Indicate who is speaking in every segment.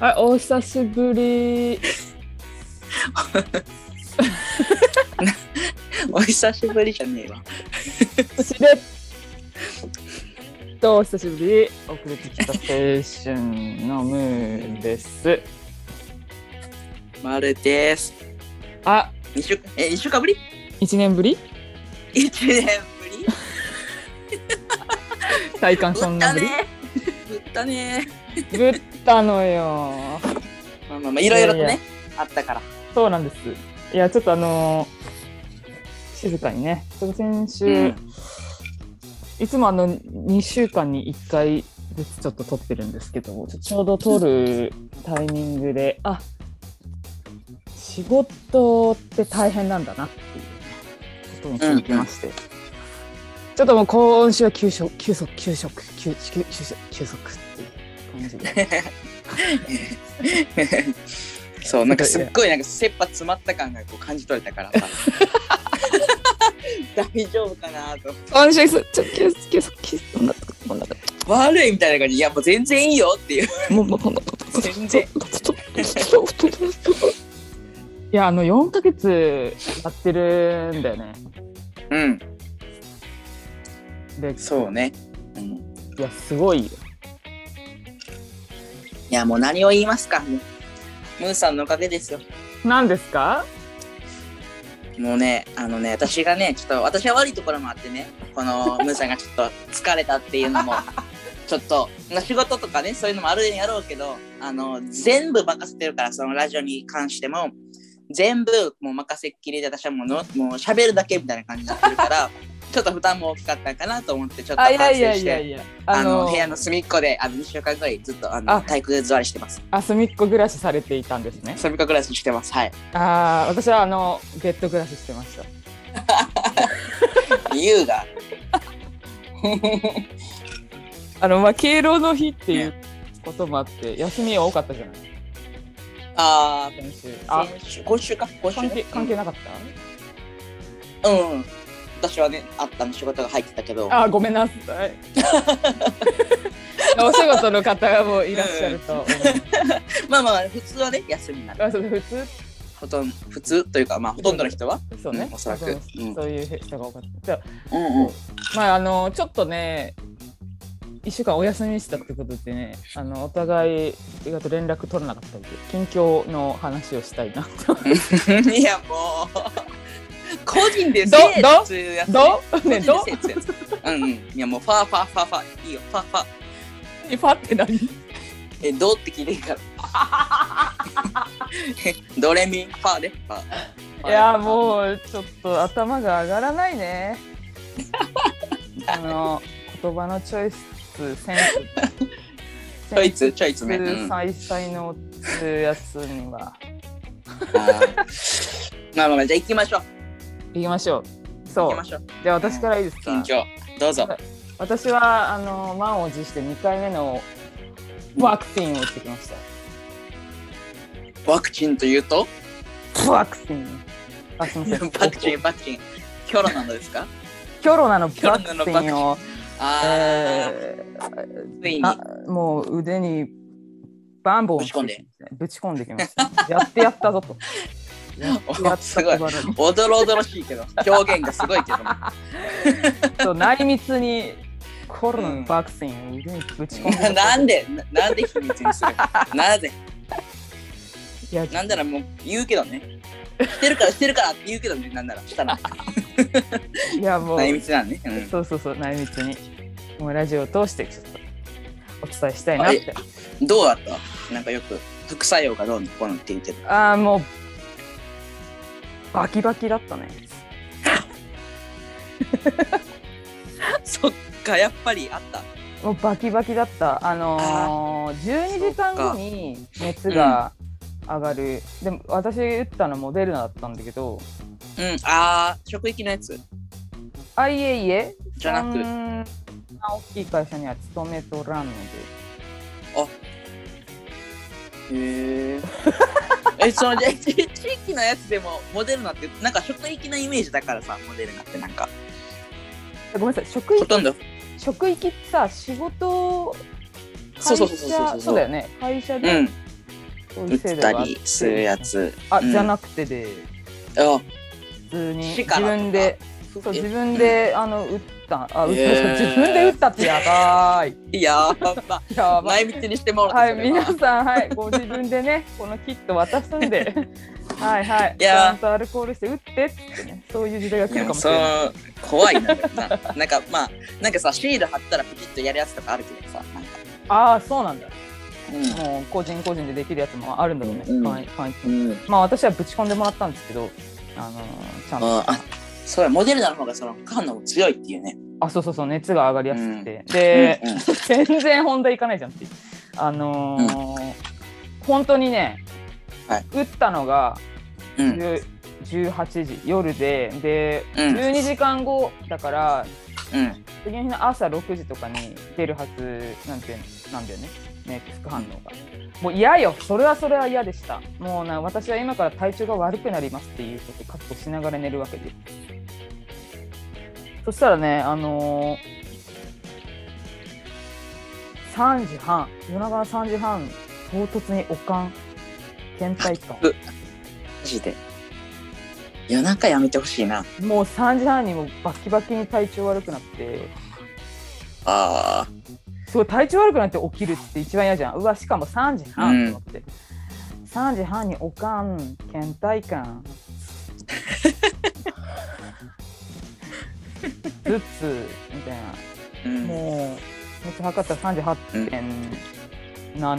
Speaker 1: あお久しぶり。
Speaker 2: お久しぶりじゃねえわ。
Speaker 1: しれっとお久しぶり。遅れてきた青春のムーです。
Speaker 2: まるです。
Speaker 1: あ、
Speaker 2: 二週え二週間ぶり？
Speaker 1: 一年ぶり
Speaker 2: 一年ぶり？
Speaker 1: 体感そ
Speaker 2: ぶ
Speaker 1: ん
Speaker 2: っ
Speaker 1: なぶ
Speaker 2: た
Speaker 1: り
Speaker 2: ね。ぶったね。
Speaker 1: ぶったのよ。
Speaker 2: まあまあまあいろいろと
Speaker 1: いやい
Speaker 2: ねあったから。
Speaker 1: そうなんです。いや、ちょっとあのー静かにね。ちょっと先週、
Speaker 2: うん
Speaker 1: いつもあの2週間に1回ずつちょっと撮ってるんですけどちょうど撮るタイミングであ仕事って大変なんだなっていうことに気づきまして、ちょっともう今週は休職休息休職休休休息休息っていう感じ で
Speaker 2: そうなんかすっごいなんか切羽詰まった感がこう感じ取れたから さ。大丈夫かなと。
Speaker 1: 今週ちょっと休息休息休息こんなこんな
Speaker 2: 悪いみたいな感じ。いやもう全然いいよっていう。
Speaker 1: もうもうこんな
Speaker 2: 全然。
Speaker 1: いやあの4ヶ月やってるんだよね
Speaker 2: うん。
Speaker 1: で
Speaker 2: そうね。うん
Speaker 1: いや、すごいよ。
Speaker 2: いやもう何を言いますか。もうムーさんのおかげですよ。
Speaker 1: 何ですか
Speaker 2: もうね、あのね、私がね、ちょっと私は悪いところもあってね、こ のムーさんがちょっと疲れたっていうのも、ちょっと、まあ仕事とかね、そういうのもあるんやろうけど、あの、全部任せてるから、そのラジオに関しても、全部もう任せっきりで私はもうの、もう喋るだけみたいな感じになって るから、ちょっと負担も大きかったかなと思って、ちょっと
Speaker 1: あ、
Speaker 2: 反
Speaker 1: い
Speaker 2: 省
Speaker 1: やいや
Speaker 2: し
Speaker 1: いや
Speaker 2: て、
Speaker 1: いや。
Speaker 2: あ
Speaker 1: ー
Speaker 2: の、部屋の隅っこで、あの、2週間ぐらいずっと、あ
Speaker 1: あ
Speaker 2: の、体育座りしてます。
Speaker 1: あ、隅っこ暮らしされていたんですね。
Speaker 2: 隅っこ暮らししてます。はい。
Speaker 1: ああ、私はあの、ベッド暮らししてました。
Speaker 2: 理由が。
Speaker 1: あの、まあ、敬老の日っていうこともあって、休み多かったじゃない
Speaker 2: あー
Speaker 1: 先週。あ、
Speaker 2: 先週今週か今週
Speaker 1: 関係、関係なかっ
Speaker 2: うん、うん、私はねあったの仕事が入ってたけど
Speaker 1: たあー、ごめんなさい。お仕事の方がもういらっしゃると思う。
Speaker 2: まあまあ普通はね休みになる
Speaker 1: あそう普通
Speaker 2: ほとん普通というかまあほとんどの人は
Speaker 1: そうね、
Speaker 2: うんおそらく
Speaker 1: そう
Speaker 2: うん
Speaker 1: そういう人が多かった。じゃあ
Speaker 2: うんうん
Speaker 1: まああのちょっとね1週間お休みしたってことでねあのお互い意外と連絡取らなかったりで近況の話をしたいなと
Speaker 2: いやもう個人で
Speaker 1: ど
Speaker 2: せえ
Speaker 1: ど
Speaker 2: っつうやつ
Speaker 1: どう
Speaker 2: 個
Speaker 1: ね
Speaker 2: 人
Speaker 1: ど
Speaker 2: でせえっつうやつうんうんいやもうファーファーファーファーいいよファーファー
Speaker 1: うパって何
Speaker 2: えどうって聞いてい いからえドレミファーでファー
Speaker 1: いや
Speaker 2: う
Speaker 1: もうちょっと頭が上がらない ねあの言葉のチョイスセンス
Speaker 2: ちょいつちょいつ
Speaker 1: セ
Speaker 2: ね、
Speaker 1: ン
Speaker 2: うん
Speaker 1: ス再々のつやつには
Speaker 2: はいまあまあまあじゃあ行きましょう
Speaker 1: 行きましょう
Speaker 2: 行
Speaker 1: そ
Speaker 2: きま
Speaker 1: う
Speaker 2: しょう
Speaker 1: じゃあ私からいいですか
Speaker 2: 近況どうぞ
Speaker 1: 私はあの満を持して2回目のワクチンを打ってきまし
Speaker 2: ワクチンというと
Speaker 1: た。ワクチン。あ、 すみません。
Speaker 2: ワクチン、ワクチン。キョロなのですか
Speaker 1: キョロナのワ
Speaker 2: キョロ
Speaker 1: ク
Speaker 2: ナ
Speaker 1: チン
Speaker 2: の
Speaker 1: を、
Speaker 2: ああ、
Speaker 1: え
Speaker 2: ついに
Speaker 1: ー、。あもう腕にバンボン
Speaker 2: ぶち込んで
Speaker 1: ぶち込んできました。やってやったぞ と。やってやった
Speaker 2: すごい
Speaker 1: 気張り
Speaker 2: おどろおどろしいけど、表現がすごいけども。
Speaker 1: そう内密にコロナのワクチンを腕にぶち込んできました、
Speaker 2: なんで、ななんで秘密にするなぜ
Speaker 1: いや
Speaker 2: なんならもう言うけどね。してるから、してるからって言うけどね、なんなら。したら、
Speaker 1: いやもう
Speaker 2: 内密なんね。うん
Speaker 1: そうそうそう内密にもうラジオを通してちょっとお伝えしたいなって。
Speaker 2: どうだったなんかよく、副作用がどうのこうのって言うけど。
Speaker 1: ああもうバキバキだったね
Speaker 2: そっか、やっぱりあった。
Speaker 1: もうバキバキだったあのー、12時間後に熱が上がる、でも私打ったのモデルナだったんだけど
Speaker 2: うん、ああ、職域のやつ
Speaker 1: あいえいえ
Speaker 2: じゃな
Speaker 1: そ
Speaker 2: く。
Speaker 1: んな大きい会社には勤めとらんので
Speaker 2: へえ。 え、そのじゃあ地地域のやつでもモデルナってなんか職域のイメージだからさ、モデルナってなんか
Speaker 1: ごめんなさい職
Speaker 2: ほ
Speaker 1: 域
Speaker 2: とんど。
Speaker 1: 職域ってさ仕事
Speaker 2: そう
Speaker 1: 会社
Speaker 2: そうそうそうそう
Speaker 1: そうだよね会社
Speaker 2: う
Speaker 1: で
Speaker 2: ん。
Speaker 1: そうい
Speaker 2: 打
Speaker 1: う
Speaker 2: っ
Speaker 1: 制度
Speaker 2: た
Speaker 1: があって
Speaker 2: りするやつ。
Speaker 1: あ、
Speaker 2: うん
Speaker 1: じゃなくてで
Speaker 2: あ、
Speaker 1: 普通に
Speaker 2: 市
Speaker 1: 自
Speaker 2: からとか
Speaker 1: 分でそう
Speaker 2: え
Speaker 1: 自分で、あの打ったあ打った、
Speaker 2: へー
Speaker 1: 自分で打ったってやばい
Speaker 2: やーば。
Speaker 1: やばい
Speaker 2: 前向きにしてもらった
Speaker 1: はい、
Speaker 2: それは
Speaker 1: 皆さん、はい、ご自分でね、このキット渡すんで、 はいはい、
Speaker 2: い
Speaker 1: ち
Speaker 2: やー
Speaker 1: ゃんとアルコールして打ってって、ね、そういう時代が来
Speaker 2: い
Speaker 1: る
Speaker 2: や
Speaker 1: かもし
Speaker 2: そ
Speaker 1: れない。
Speaker 2: う怖いなななんかまあなんかさシール貼ったらピキッとやるやつとかあるけどさなんか
Speaker 1: ああ、そうなんだ。
Speaker 2: う
Speaker 1: もう個人個人でできるやつもあるんだろうね。
Speaker 2: うん
Speaker 1: はいはい。
Speaker 2: ん、うん、
Speaker 1: まあ私はぶち込んでもらったんですけど、あのーちゃんと
Speaker 2: あ。あそうやモデルナの方がその感度も強いっていうね
Speaker 1: あ、そうそうそう、熱が上がりやすくて。で、
Speaker 2: うんうん
Speaker 1: 全然本題いかないじゃんっていう。あのー本当にね、
Speaker 2: はい
Speaker 1: 打ったのが
Speaker 2: うん
Speaker 1: 10 18時、夜で、で、
Speaker 2: うん
Speaker 1: 12時間後だから、
Speaker 2: うん
Speaker 1: 次の日の朝6時とかに出るはずなんてなんだよねね副反応がもう嫌よそれはそれは嫌でしたもうな私は今から体調が悪くなりますっていうことを覚悟しながら寝るわけですそしたらねあのー、3時半夜中の3時半唐突に悪寒倦怠感
Speaker 2: マジで夜中やめてほしいな
Speaker 1: もう3時半にもうバキバキに体調悪くなって
Speaker 2: あ
Speaker 1: すごい体調悪くなって起きるって一番嫌じゃんうわしかも3時半と思って、3時半におかん倦怠感頭痛みたい
Speaker 2: ーう
Speaker 1: なんもうめっちゃ測ったら38.7、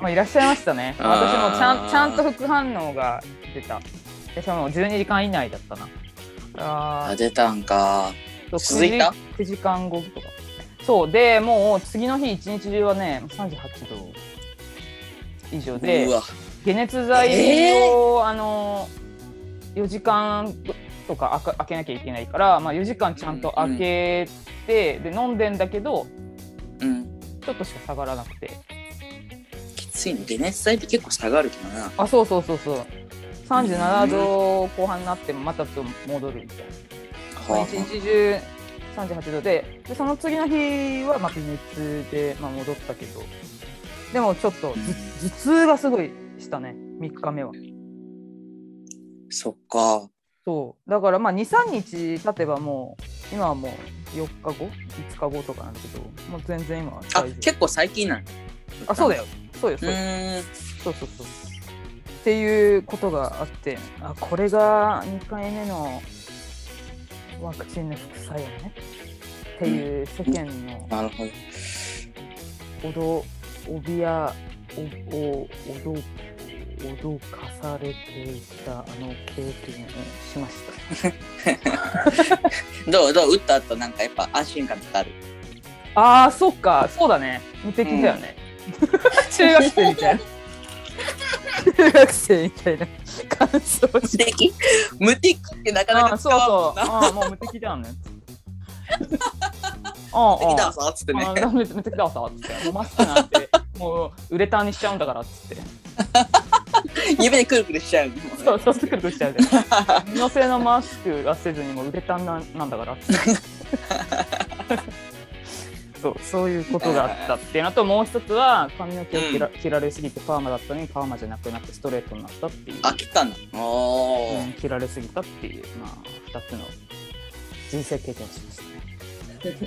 Speaker 1: まあいらっしゃいましたね私
Speaker 2: あー
Speaker 1: もちゃんちゃんと副反応が出たでしかも12時間以内だったなあー
Speaker 2: あ出たんか
Speaker 1: そう
Speaker 2: 続いた
Speaker 1: 9時 ?9 時間後とか。そうでもう次の日一日中はね38度以上で
Speaker 2: うわ
Speaker 1: 解熱剤
Speaker 2: え
Speaker 1: を、あの4時間とか開か開けなきゃいけないから、まあ、4時間ちゃんと開けて、で飲んでんだけど
Speaker 2: うん
Speaker 1: ちょっとしか下がらなくて
Speaker 2: きついの解熱剤って結構下がるけどな
Speaker 1: あそうそうそうそう37度後半になってもまたちょっと戻るみたいな。まあ一日中38度ででその次の日はまあ微熱で、まあ、戻ったけどでもちょっと頭頭痛がすごいしたね3日目は
Speaker 2: そっか
Speaker 1: そうだからまあ23日経てばもう今はもう4日後5日後とかなんだけどもう全然今は
Speaker 2: あ
Speaker 1: 大丈
Speaker 2: 結構最近なん
Speaker 1: 夫あそうだよそうよ
Speaker 2: う
Speaker 1: そうよ
Speaker 2: ーん
Speaker 1: そうそうそうっていうことがあってあこれが2回目のワクチンの副作用ねっていう世間の、
Speaker 2: なるほど
Speaker 1: おど、おびや、お、お、おど、おどかされていたあの経験をしました。
Speaker 2: どうどう打った後なんかやっぱ安心感とかある
Speaker 1: ああ、そっか、そうだね。無敵だよね。中学生みた いな。中学生みたいな感想をし
Speaker 2: 無敵 無敵ってなかな
Speaker 1: あー
Speaker 2: か使
Speaker 1: そうそう。
Speaker 2: わんもん
Speaker 1: ああ、も
Speaker 2: な
Speaker 1: う無敵だ よね。あ
Speaker 2: 無敵だ
Speaker 1: あ
Speaker 2: わさっつってね
Speaker 1: あーめめっちゃくちゃさっつってもうマスクなんてもうウレタンにしちゃうんだからっつって
Speaker 2: 指でくるくるしちゃう
Speaker 1: そうそう作るとしちゃうじゃん布製のマスクはせずにもうウレタンなんなんだから ってそうそういうことがあったっていうのともう一つは髪の毛を切ら,、切られすぎてパーマだったのにパーマじゃなくなってストレートになったっていう、
Speaker 2: あ切ったんだお
Speaker 1: う
Speaker 2: ー
Speaker 1: ん、切られすぎたっていう、まあ、二つの人生経験をしました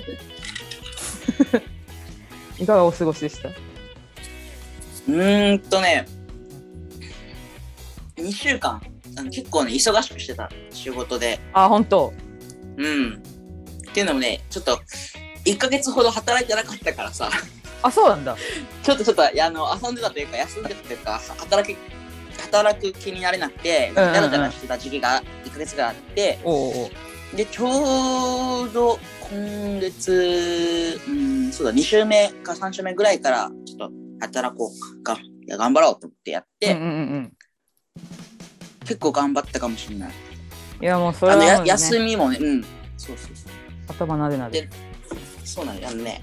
Speaker 1: いかがお過ごしでした
Speaker 2: うーんとね2週間あの結構ね忙しくしてた仕事で
Speaker 1: あ本当
Speaker 2: うんっていうのもねちょっと1ヶ月ほど働いてなかったからさ
Speaker 1: あそうなんだ
Speaker 2: ちょっとちょっといやあの遊んでたというか休んでたというか働き働く気になれなくて
Speaker 1: うんうんうん
Speaker 2: ダラダラしてた時期が1ヶ月があって
Speaker 1: おうおう
Speaker 2: でちょうど今月うんそうだ2週目か3週目ぐらいからちょっと働こうかがいや頑張ろうと思ってやって、
Speaker 1: うんうんうんうん
Speaker 2: 結構頑張ったかもしれない
Speaker 1: いやもうそれ
Speaker 2: あ
Speaker 1: は
Speaker 2: の
Speaker 1: もう、ね
Speaker 2: や、休みもねうんそうそうそう
Speaker 1: 頭なでなで
Speaker 2: でそうなのよあのね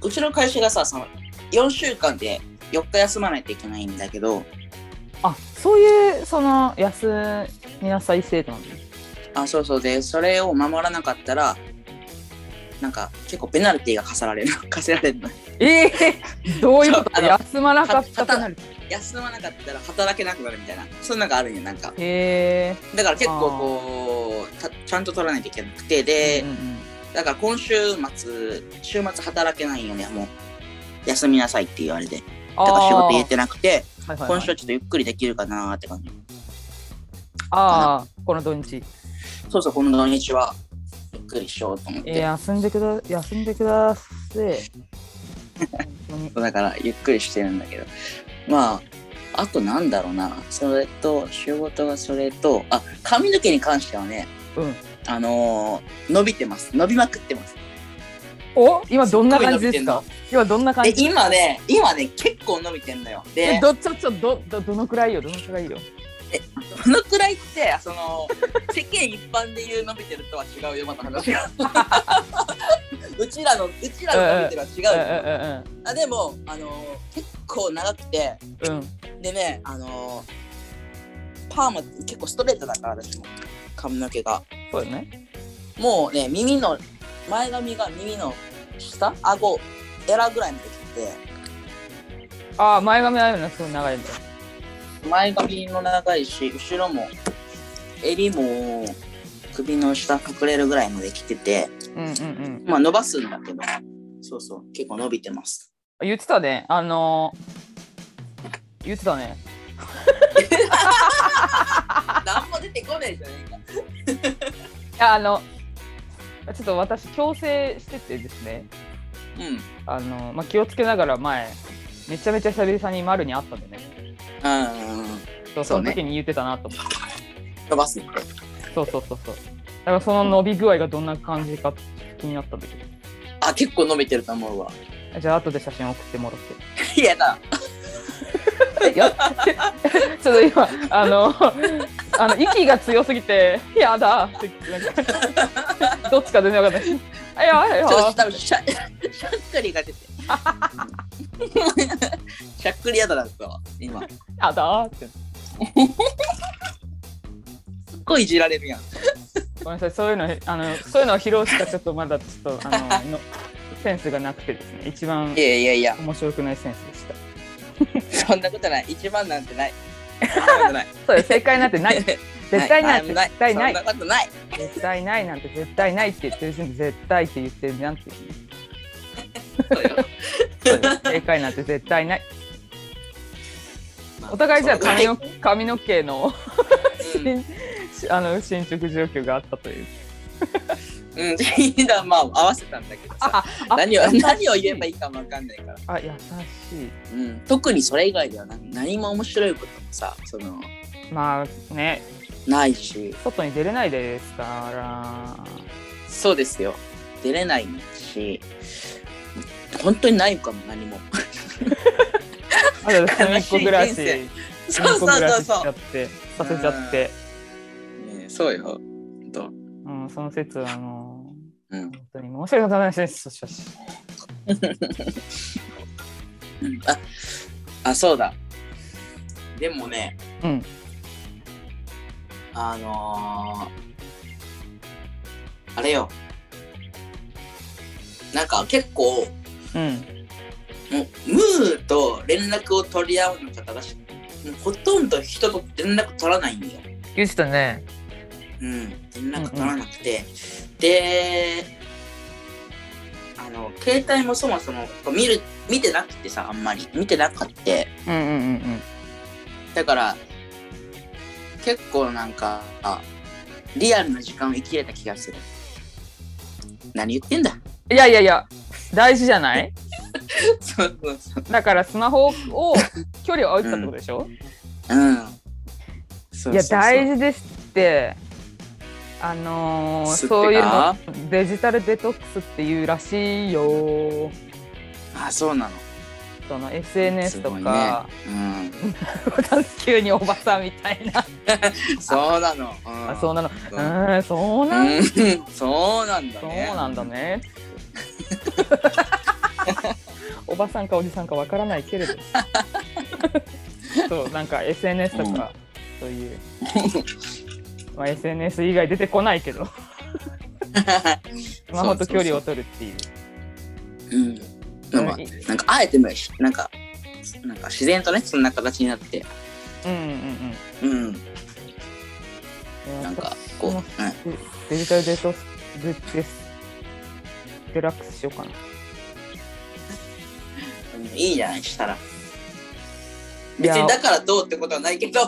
Speaker 2: うちの会社がさその4週間で4日休まないといけないんだけど
Speaker 1: あそういうその休みなさい制度なんだ
Speaker 2: あそうそうでそれを守らなかったらなんか結構ペナルティが課せられる 課せられるの
Speaker 1: えー、どういうこ
Speaker 2: あ
Speaker 1: と
Speaker 2: の
Speaker 1: 休まなかった
Speaker 2: は
Speaker 1: ペナルティ
Speaker 2: 休まなかったら働けなくなるみたいなそういうのがあるんよなんか
Speaker 1: へ
Speaker 2: だから結構こうたちゃんと取らないといけなくて
Speaker 1: え
Speaker 2: で、
Speaker 1: うんうん
Speaker 2: だから今週末週末働けないんよねもう休みなさいって言われてだから仕事入れてなくて
Speaker 1: あーはいはいはい
Speaker 2: 今週はちょっとゆっくりできるかなーって感じ
Speaker 1: ああこの土日
Speaker 2: そうそうこの土日はゆっくりしようと思って、
Speaker 1: えー休んでくだ休んでください本当に
Speaker 2: だからゆっくりしてるんだけどまああとなんだろうなそれと仕事がそれとあ髪の毛に関してはね
Speaker 1: うん
Speaker 2: あのー伸びてます伸びまくってます
Speaker 1: お今どんな感じですか今どんな感
Speaker 2: え
Speaker 1: じ
Speaker 2: 今ね今ね結構伸びてんだよ
Speaker 1: え
Speaker 2: で
Speaker 1: どちょちょどどどのくらいよどのくらいよ
Speaker 2: そのくらいってその 世間一般で言う伸びてるとは違うよまた 話がうちらのうちらの伸びてるは違うよ、
Speaker 1: う
Speaker 2: あでもあのー結構長くて
Speaker 1: んうんうんうん
Speaker 2: でね、あのーパーマ結構ストレートだから私も髪の毛が
Speaker 1: そうだね
Speaker 2: もうね耳の前髪が耳の下顎エラぐらいまで
Speaker 1: ああ前髪あるのすごい長いんだ
Speaker 2: 来て前髪も長いし後ろも襟も首の下隠れるぐらいまで来てて
Speaker 1: うんうんうん
Speaker 2: まあ伸ばすんだけどそうそう結構伸びてます
Speaker 1: 言ってたねあのー言ってたね
Speaker 2: 何も出てこないじゃねえか
Speaker 1: いやあのちょっと私矯正しててですね
Speaker 2: うん
Speaker 1: あの、まあ、気をつけながら前めちゃめちゃ久々に丸に会ったんでね
Speaker 2: うんうんうん
Speaker 1: そう
Speaker 2: そ
Speaker 1: そうの
Speaker 2: ね
Speaker 1: 時に言ってたなと思って
Speaker 2: 伸ばすって
Speaker 1: そうそうそうそうだからその伸び具合がどんな感じか気になったんだけど
Speaker 2: あ結構伸びてると思うわ
Speaker 1: じゃあ後で写真送ってもら っ
Speaker 2: いやだ
Speaker 1: てえやちょっと今あのあの息が強すぎて「やだ」ってなんかどっちか全然分かんないあ「いやいや
Speaker 2: ちょっと多分しゃしゃっくりが出て。しゃっくりやだだったわ、今。す
Speaker 1: やだ」って
Speaker 2: っごいいじられるやん。
Speaker 1: ごめんなさいそういうのあのそういうのを披露しかちょっとまだちょっとあ ののセンスがなくてですね一番
Speaker 2: いやいやいや、
Speaker 1: 面白くないセンスでした
Speaker 2: そんなことない。一番なんてない。そんなことない。
Speaker 1: そうです正解なんて ない絶対ない
Speaker 2: は
Speaker 1: 絶対ない
Speaker 2: そんなことない。
Speaker 1: 絶対ないなんて絶対ないって言ってるし絶対って言ってるなんて
Speaker 2: そうよ
Speaker 1: そうです正解なんて絶対ないお互いじゃあ髪の髪の毛の
Speaker 2: うん、
Speaker 1: し あの進捗状況があったという
Speaker 2: うん、いいな、まあ、合わせたんだけどさ。
Speaker 1: あ
Speaker 2: 何を、
Speaker 1: 優しい
Speaker 2: 何を言えばいいかもわかんないから。
Speaker 1: あ優し
Speaker 2: うん、特にそれ以外では何、何も面白いこともさ、その、
Speaker 1: いまあね
Speaker 2: ないし。
Speaker 1: 外に出れないですから
Speaker 2: そうですよ。出れないし、本当にないかも、何 も。
Speaker 1: あと隅っこ暮らし
Speaker 2: 悲しい人
Speaker 1: 隅
Speaker 2: そ
Speaker 1: っ
Speaker 2: う
Speaker 1: こ
Speaker 2: そう
Speaker 1: 暮ら
Speaker 2: そう
Speaker 1: ししち
Speaker 2: そ
Speaker 1: ゃ
Speaker 2: う。
Speaker 1: ってさせちゃって
Speaker 2: ねそうよ。ほんと
Speaker 1: うんその説はも
Speaker 2: う。
Speaker 1: うん本当に申し訳ございませんでしたし
Speaker 2: うんあ、あ、そうだ。でもね、
Speaker 1: うん
Speaker 2: あのーあれよ。なんか結構、も
Speaker 1: うん
Speaker 2: う、ムーと連絡を取り合うの方がし、もうほとんど人と連絡取らないんよ。
Speaker 1: 言ってたね
Speaker 2: うん、連絡取らなくて、であの携帯もそもそもこう見る見てなくてさあんまり見てなかって
Speaker 1: うんうんうんうん
Speaker 2: だから結構なんかあリアルな時間を生きれた気がする何言ってんだ
Speaker 1: いやいやいや大事じゃない
Speaker 2: そうそうそう
Speaker 1: だからスマホを距離を置いてたってことでしょ、
Speaker 2: うんそうそうそう
Speaker 1: いや大事ですってあのー
Speaker 2: すってか
Speaker 1: そういうのデジタルデトックスっていうらしいよ
Speaker 2: あそうなの
Speaker 1: その SNS と
Speaker 2: すごい
Speaker 1: か、
Speaker 2: ね
Speaker 1: 急におばさんみたいな
Speaker 2: うん そうなの、うん、
Speaker 1: あそうなの
Speaker 2: う
Speaker 1: うんーんそうなん、
Speaker 2: うん そうなんだ
Speaker 1: そう
Speaker 2: ね
Speaker 1: なんだね おばさんかおじさんかわからないけれどそうなんか SNS とか、
Speaker 2: うん
Speaker 1: そういう、まあ、SNS 以外出てこないけどスマホと距離を取るっていう。
Speaker 2: うん。のは
Speaker 1: うん
Speaker 2: なんかあえてもしなんかなんか自然とねそんな形になって
Speaker 1: うんうん
Speaker 2: うん
Speaker 1: うん。
Speaker 2: なんかこう、うん、
Speaker 1: デジタルデトックスデデラックスしようかな。
Speaker 2: いいじゃないしたら
Speaker 1: い
Speaker 2: 別
Speaker 1: や
Speaker 2: にだからどうってことはないけど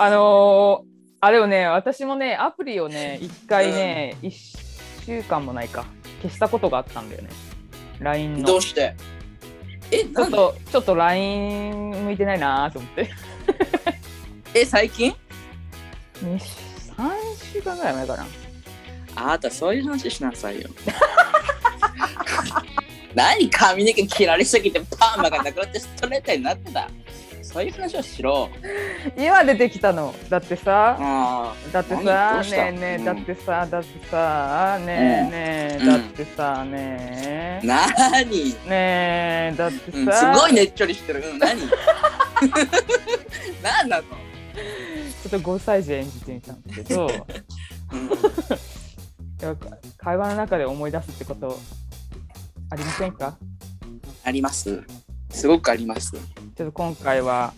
Speaker 1: あのーあれをね、私もね、アプリをね、一回ね、一、週間もないか、消したことがあったんだよね。LINE の。
Speaker 2: どうしてえ
Speaker 1: ちょ
Speaker 2: な
Speaker 1: っ
Speaker 2: んで
Speaker 1: と、ちょっと LINE 向いてないなーと思って。
Speaker 2: え最近
Speaker 1: 3週間ぐらい前かな。
Speaker 2: あなたそういう話しな さいよ何髪の毛切られすぎてパーマがなくなってストレートになってたそういう話をしろ
Speaker 1: 今出てきたの。だってさ、
Speaker 2: あ
Speaker 1: だって
Speaker 2: 何ど
Speaker 1: さ
Speaker 2: う、し
Speaker 1: ね
Speaker 2: た
Speaker 1: えねえ、
Speaker 2: うん
Speaker 1: だってさ、だってさ、ねえねえ、
Speaker 2: うん
Speaker 1: だってさ、ね
Speaker 2: ー何
Speaker 1: え。ねえ、だって
Speaker 2: うん、す
Speaker 1: さ、
Speaker 2: ごいねっちょりしてる。うん、何 何なの、
Speaker 1: ちょっと5歳児演じてみたんですけど、
Speaker 2: うん、
Speaker 1: やっぱ会話の中で思い出すってことありませんか
Speaker 2: あります。すごくあります。
Speaker 1: ちょっと今回は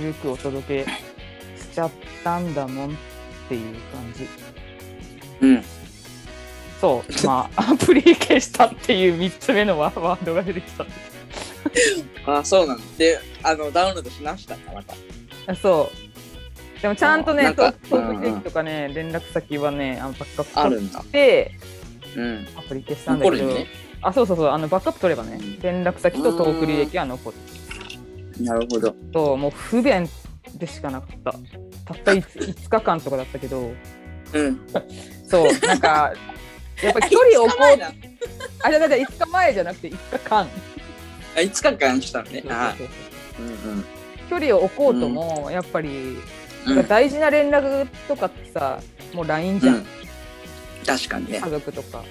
Speaker 1: ゆるくお届けしちゃったんだもんっていう感じ
Speaker 2: うん。
Speaker 1: そうまあアプリ消したっていう3つ目のワワードが出てきた
Speaker 2: あそうなの。で、あの、ダウンロードしましたか、また。
Speaker 1: あそうでもちゃんと
Speaker 2: な
Speaker 1: ね
Speaker 2: んか
Speaker 1: トーク先とかね連絡先はねあのバックアップ
Speaker 2: あ
Speaker 1: 取
Speaker 2: るんだ。
Speaker 1: って
Speaker 2: うん。
Speaker 1: アプリ消したんだ
Speaker 2: 残
Speaker 1: け
Speaker 2: るよ
Speaker 1: ど、
Speaker 2: ね。
Speaker 1: あそうそうそうあのバックアップ取ればね連絡先とトーク履歴は残って
Speaker 2: なるほど。
Speaker 1: ともう不便でしかなかったたった 5, 5日間とかだったけど
Speaker 2: うん。
Speaker 1: そうなんか やっぱり距離を置こ
Speaker 2: 5日前
Speaker 1: う
Speaker 2: なの
Speaker 1: あれだから5日前じゃなくて5日間
Speaker 2: あ、5日間したのね。あ
Speaker 1: そうそう
Speaker 2: うんう
Speaker 1: そ
Speaker 2: ん。
Speaker 1: う距離を置こうとも、やっぱり
Speaker 2: うん、うん
Speaker 1: 大事な連絡とかってさもう LINE じゃん、
Speaker 2: 確かにね
Speaker 1: 家。族とか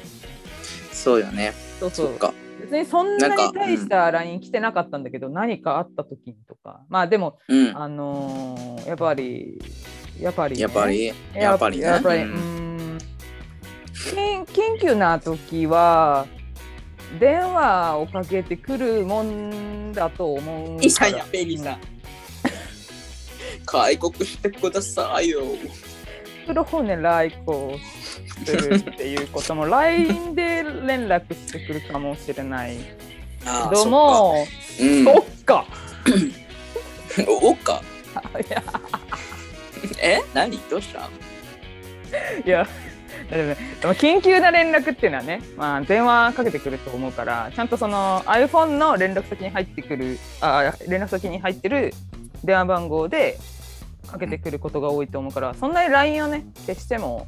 Speaker 2: そうよね。
Speaker 1: そうそ
Speaker 2: そうっか。
Speaker 1: 別にそんなに
Speaker 2: なんか
Speaker 1: 大した LINE 来てなかったんだけど、何かあった時にとかまあでも
Speaker 2: うん。
Speaker 1: あのーやっぱりやっぱりね、
Speaker 2: やっぱり、やっぱりね。
Speaker 1: やっぱり、
Speaker 2: う
Speaker 1: うんん、緊緊急な時は電話をかけてくるもんだと思う
Speaker 2: イさんやペリーさん。 開国してくださいよ。
Speaker 1: 黒船来航するっていうことも LINE で連絡してくるかもしれないけ
Speaker 2: あー
Speaker 1: ど、も
Speaker 2: そっかうん
Speaker 1: そっ か、
Speaker 2: おおっか
Speaker 1: いや
Speaker 2: え何どうした
Speaker 1: いや大丈夫でも緊急な連絡っていうのはね、まあ、電話かけてくると思うからちゃんとその iPhone の連絡先に入ってくるあ連絡先に入ってる電話番号でかけてくることが多いと思うからそんなに LINE をね消しても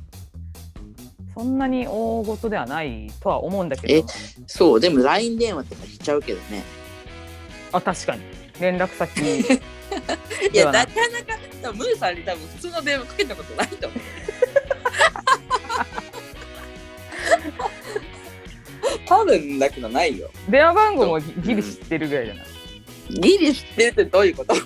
Speaker 1: そんなに大ごとではないとは思うんだけ
Speaker 2: え
Speaker 1: ど
Speaker 2: そうでも LINE 電話とかしちゃうけどね
Speaker 1: あ確かに連絡先 に
Speaker 2: いや
Speaker 1: ではな
Speaker 2: ないかなか多分ムーさんに多分普通の電話かけたことないと 思う多分だけどないよ
Speaker 1: 電話番号もギギリ知ってるぐらいじゃない
Speaker 2: ギリ知ってるってどういうことギ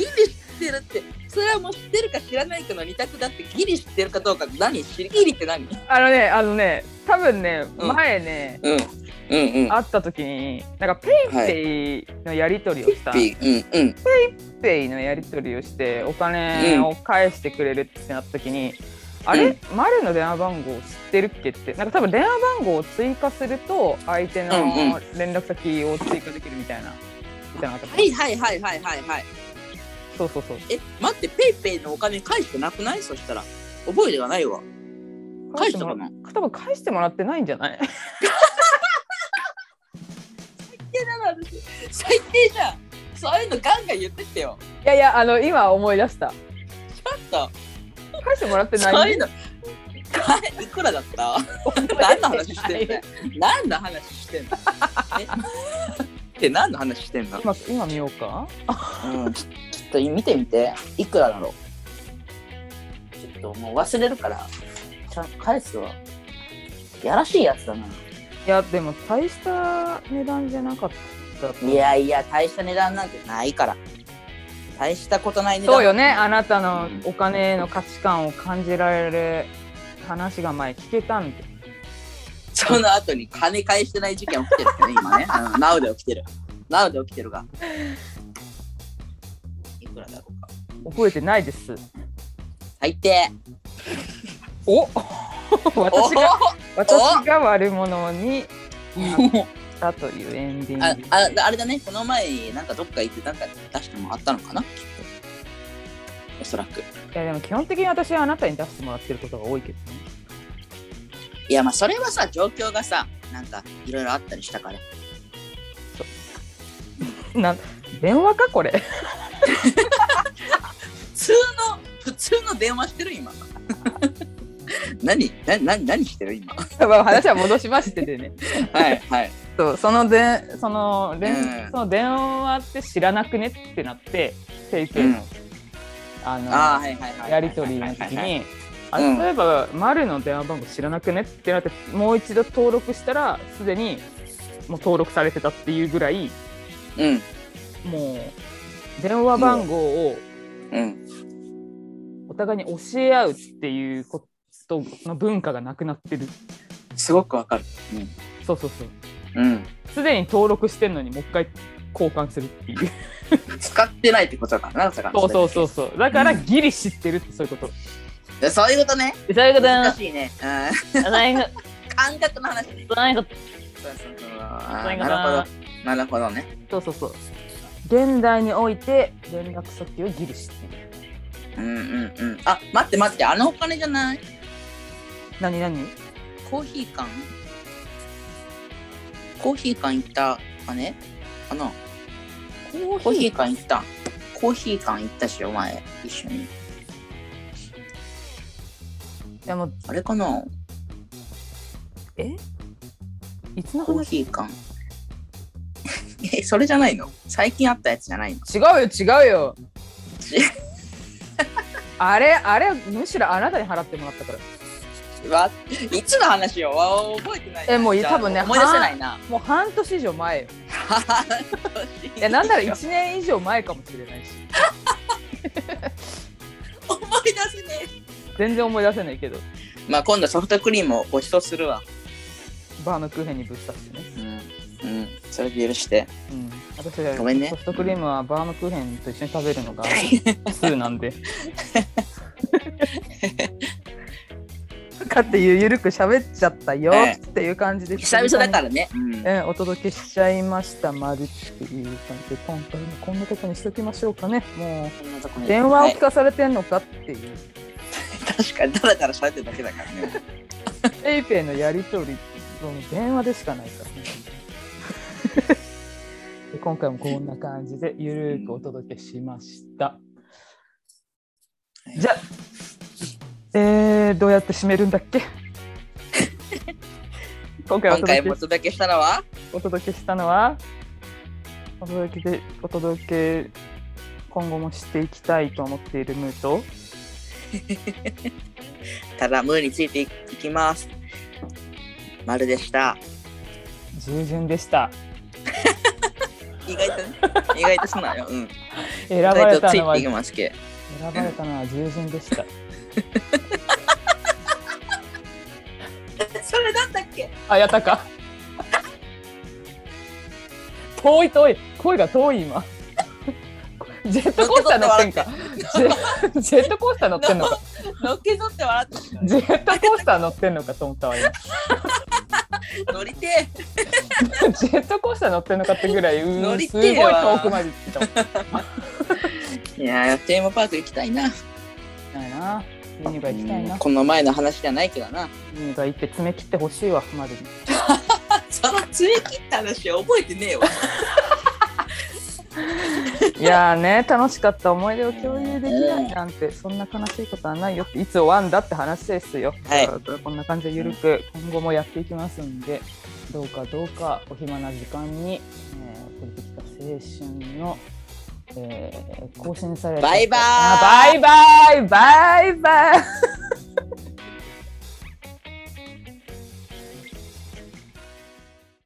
Speaker 2: リ知ってるってそれはもう知ってるか知らないかの二択だってギリ知ってるかどうか何知りギリって何うん
Speaker 1: あのねあのね多分ね
Speaker 2: うん
Speaker 1: 前ね、
Speaker 2: うんうん
Speaker 1: 会った時になんかペイ
Speaker 2: はい
Speaker 1: ペイのやり取りをした、
Speaker 2: ピーうんうん
Speaker 1: ペイのやり取りをしてお金を返してくれるってなった時に、あれ、マルの電話番号知ってるっけってなんか多分電話番号を追加すると相手の
Speaker 2: うん
Speaker 1: 連絡先を追加できるみたいな。じゃなかった
Speaker 2: はいはいはいはいはいはい
Speaker 1: そうそうそう
Speaker 2: え待ってペイペイのお金返してなくないそしたら覚えてがないわ返した
Speaker 1: 返
Speaker 2: か
Speaker 1: し
Speaker 2: な
Speaker 1: てもら多分返してもらってないんじゃない
Speaker 2: 最低じゃんそういうのガンガン言ってってよ
Speaker 1: いやいやあの今思い出した
Speaker 2: ちょっ
Speaker 1: 返してもらって
Speaker 2: と
Speaker 1: ない
Speaker 2: そうい うの かいくらだった何の話してんだよ何の話してんのえって何の話してんの、
Speaker 1: 今今見ようか
Speaker 2: うん、ちょっと見てみていくらだろうちょっともう忘れるからちゃんと返すわやらしいやつだない
Speaker 1: やでも大した値段じゃなかったと
Speaker 2: いやいや大した値段なんてないから大したことないね。
Speaker 1: そうよねあなたのお金の価値観を感じられる話が前聞けたんで
Speaker 2: その後に金返してない事件起きてるけどね、今ね。うん、ナウで起きてる。ナウで起きてるが。いくらだろうか。
Speaker 1: 覚えてないです
Speaker 2: 最低。
Speaker 1: お
Speaker 2: お
Speaker 1: 私が私が悪者に
Speaker 2: お
Speaker 1: だというエンディング
Speaker 2: あああれだね、この前、なんかどっか行って、なんか出してもらったのかなきっと。おそらく。
Speaker 1: いやでも基本的に私はあなたに出してもらってることが多いけどね
Speaker 2: いや、まあ、それはさ、状況がさ、なんかいろいろあったりしたから。
Speaker 1: な電話かこれ
Speaker 2: 普通の、普通の電話してる今。 何な何何してる今
Speaker 1: まあ話は戻しましてでね
Speaker 2: はいはい
Speaker 1: そうそのでその連、
Speaker 2: うん
Speaker 1: その電話って知らなくねってなって定
Speaker 2: う
Speaker 1: 型
Speaker 2: ん
Speaker 1: の、あの
Speaker 2: あーはいはいはい
Speaker 1: やり取りの時に「あ
Speaker 2: いうん
Speaker 1: 例えば丸の電話番号知らなくね?」ってなってもう一度登録したらすでにもう登録されてたっていうぐらい
Speaker 2: うん
Speaker 1: もう電話番号を
Speaker 2: うん
Speaker 1: お互いに教え合うっていうことの文化がなくなってる
Speaker 2: すごくわかる
Speaker 1: そうそうそう
Speaker 2: うん
Speaker 1: すでに登録してんのにもう一回交換するって いう
Speaker 2: 使ってないってことだからなさか
Speaker 1: そうそう
Speaker 2: う
Speaker 1: そうそうだからギリ知ってるってそういうこと
Speaker 2: そういうことね
Speaker 1: そういうこと
Speaker 2: 難しいねうん
Speaker 1: ない
Speaker 2: 感覚の話ね
Speaker 1: ない
Speaker 2: そうそうそう
Speaker 1: そういう
Speaker 2: あ
Speaker 1: こと
Speaker 2: なるほどなるほどね
Speaker 1: そうそうそう現代において連絡先をギリ知ってる
Speaker 2: うんうんうんあ待って待ってあのお金じゃない
Speaker 1: 何何
Speaker 2: コーヒー缶コーヒー缶行ったかねかな
Speaker 1: コ
Speaker 2: コーヒー館行った。コーヒー館行ったし、お前、一緒に。
Speaker 1: でも
Speaker 2: あれかな
Speaker 1: えいつの
Speaker 2: コー
Speaker 1: 話
Speaker 2: ヒー館。 え、それじゃないの最近あったやつじゃないの
Speaker 1: 違うよ違う よあれあれむしろあなたに払ってもらったから
Speaker 2: わ、いつの話よわ覚えてないな
Speaker 1: えもうい
Speaker 2: じゃあ
Speaker 1: 多分ね
Speaker 2: 思い出せないな。
Speaker 1: もう半年以上前よいやなんなら1年以上前かもしれないし
Speaker 2: 思い出せね
Speaker 1: 全然思い出せないけど
Speaker 2: え。まあ今度ソフトクリームをご馳走するわ。
Speaker 1: バームクーヘンにぶっ刺してね、
Speaker 2: うん。うん。それで許して。
Speaker 1: うん、私は
Speaker 2: ごめんね
Speaker 1: ソフトクリームはバームクーヘンと一緒に食べるのが普通なんでとかっていうゆるく喋っちゃったよ
Speaker 2: え
Speaker 1: っていう感じで
Speaker 2: 久々だからね。うん。
Speaker 1: ええお届けしちゃいましたまるっていう感じで今回もこんなとこにしときましょうかねも
Speaker 2: こんなとこ
Speaker 1: う
Speaker 2: に
Speaker 1: 電話を
Speaker 2: は
Speaker 1: 聞
Speaker 2: い
Speaker 1: かされてんのかっていう、
Speaker 2: 確かに、だらだら喋ってるだけだからね。
Speaker 1: ペイペイのやり取りその電話でしかない からねで今回もこんな感じでゆるーくお届けしました
Speaker 2: はい
Speaker 1: じゃあえー、どうやって締めるんだっ け今回お
Speaker 2: 今
Speaker 1: 届
Speaker 2: 回も
Speaker 1: け
Speaker 2: お届けしたのは、
Speaker 1: お届けしたのはお届けでお届け今後もしていきたいと思っているムーと
Speaker 2: ただムーについていきます。まるでした。
Speaker 1: 従順でした
Speaker 2: 意外とね、意外とそうなのよ。 うん。
Speaker 1: 選ばれ
Speaker 2: 意外と
Speaker 1: た
Speaker 2: つ
Speaker 1: の
Speaker 2: い
Speaker 1: は
Speaker 2: ていきますけ。
Speaker 1: 選ばれたのは従順でした
Speaker 2: それなんだっけ。
Speaker 1: あやったか遠い遠い声が遠い今ジェットコースター乗ってんかジェジェットコースター乗ってんのか
Speaker 2: のっけぞって笑ってた
Speaker 1: ジェットコースター乗ってんのかと思ったわ今
Speaker 2: 乗りてえ。
Speaker 1: ジェットコースター乗ってんのかってぐらいうーん
Speaker 2: 乗り
Speaker 1: す
Speaker 2: て
Speaker 1: ごい
Speaker 2: えわ
Speaker 1: 遠くまで行ってたもん
Speaker 2: いやー、テーマパーク行きたいな。
Speaker 1: ないなユニバ行きたい
Speaker 2: うん
Speaker 1: な
Speaker 2: この前の話じゃないけどな。
Speaker 1: ユニバ行って爪切ってほしいわまでに
Speaker 2: その釣り切った話は覚えてねえよ。
Speaker 1: いやーね楽しかった思い出を共有できないなんてそんな悲しいことはないよっていつ終わんだって話ですよ、
Speaker 2: はい
Speaker 1: だからこんな感じでゆるく今後もやっていきますんでどうかどうかお暇な時間に、えー、送ってきた青春の、えー更新された
Speaker 2: バイバーイ
Speaker 1: あバイバイバイバイ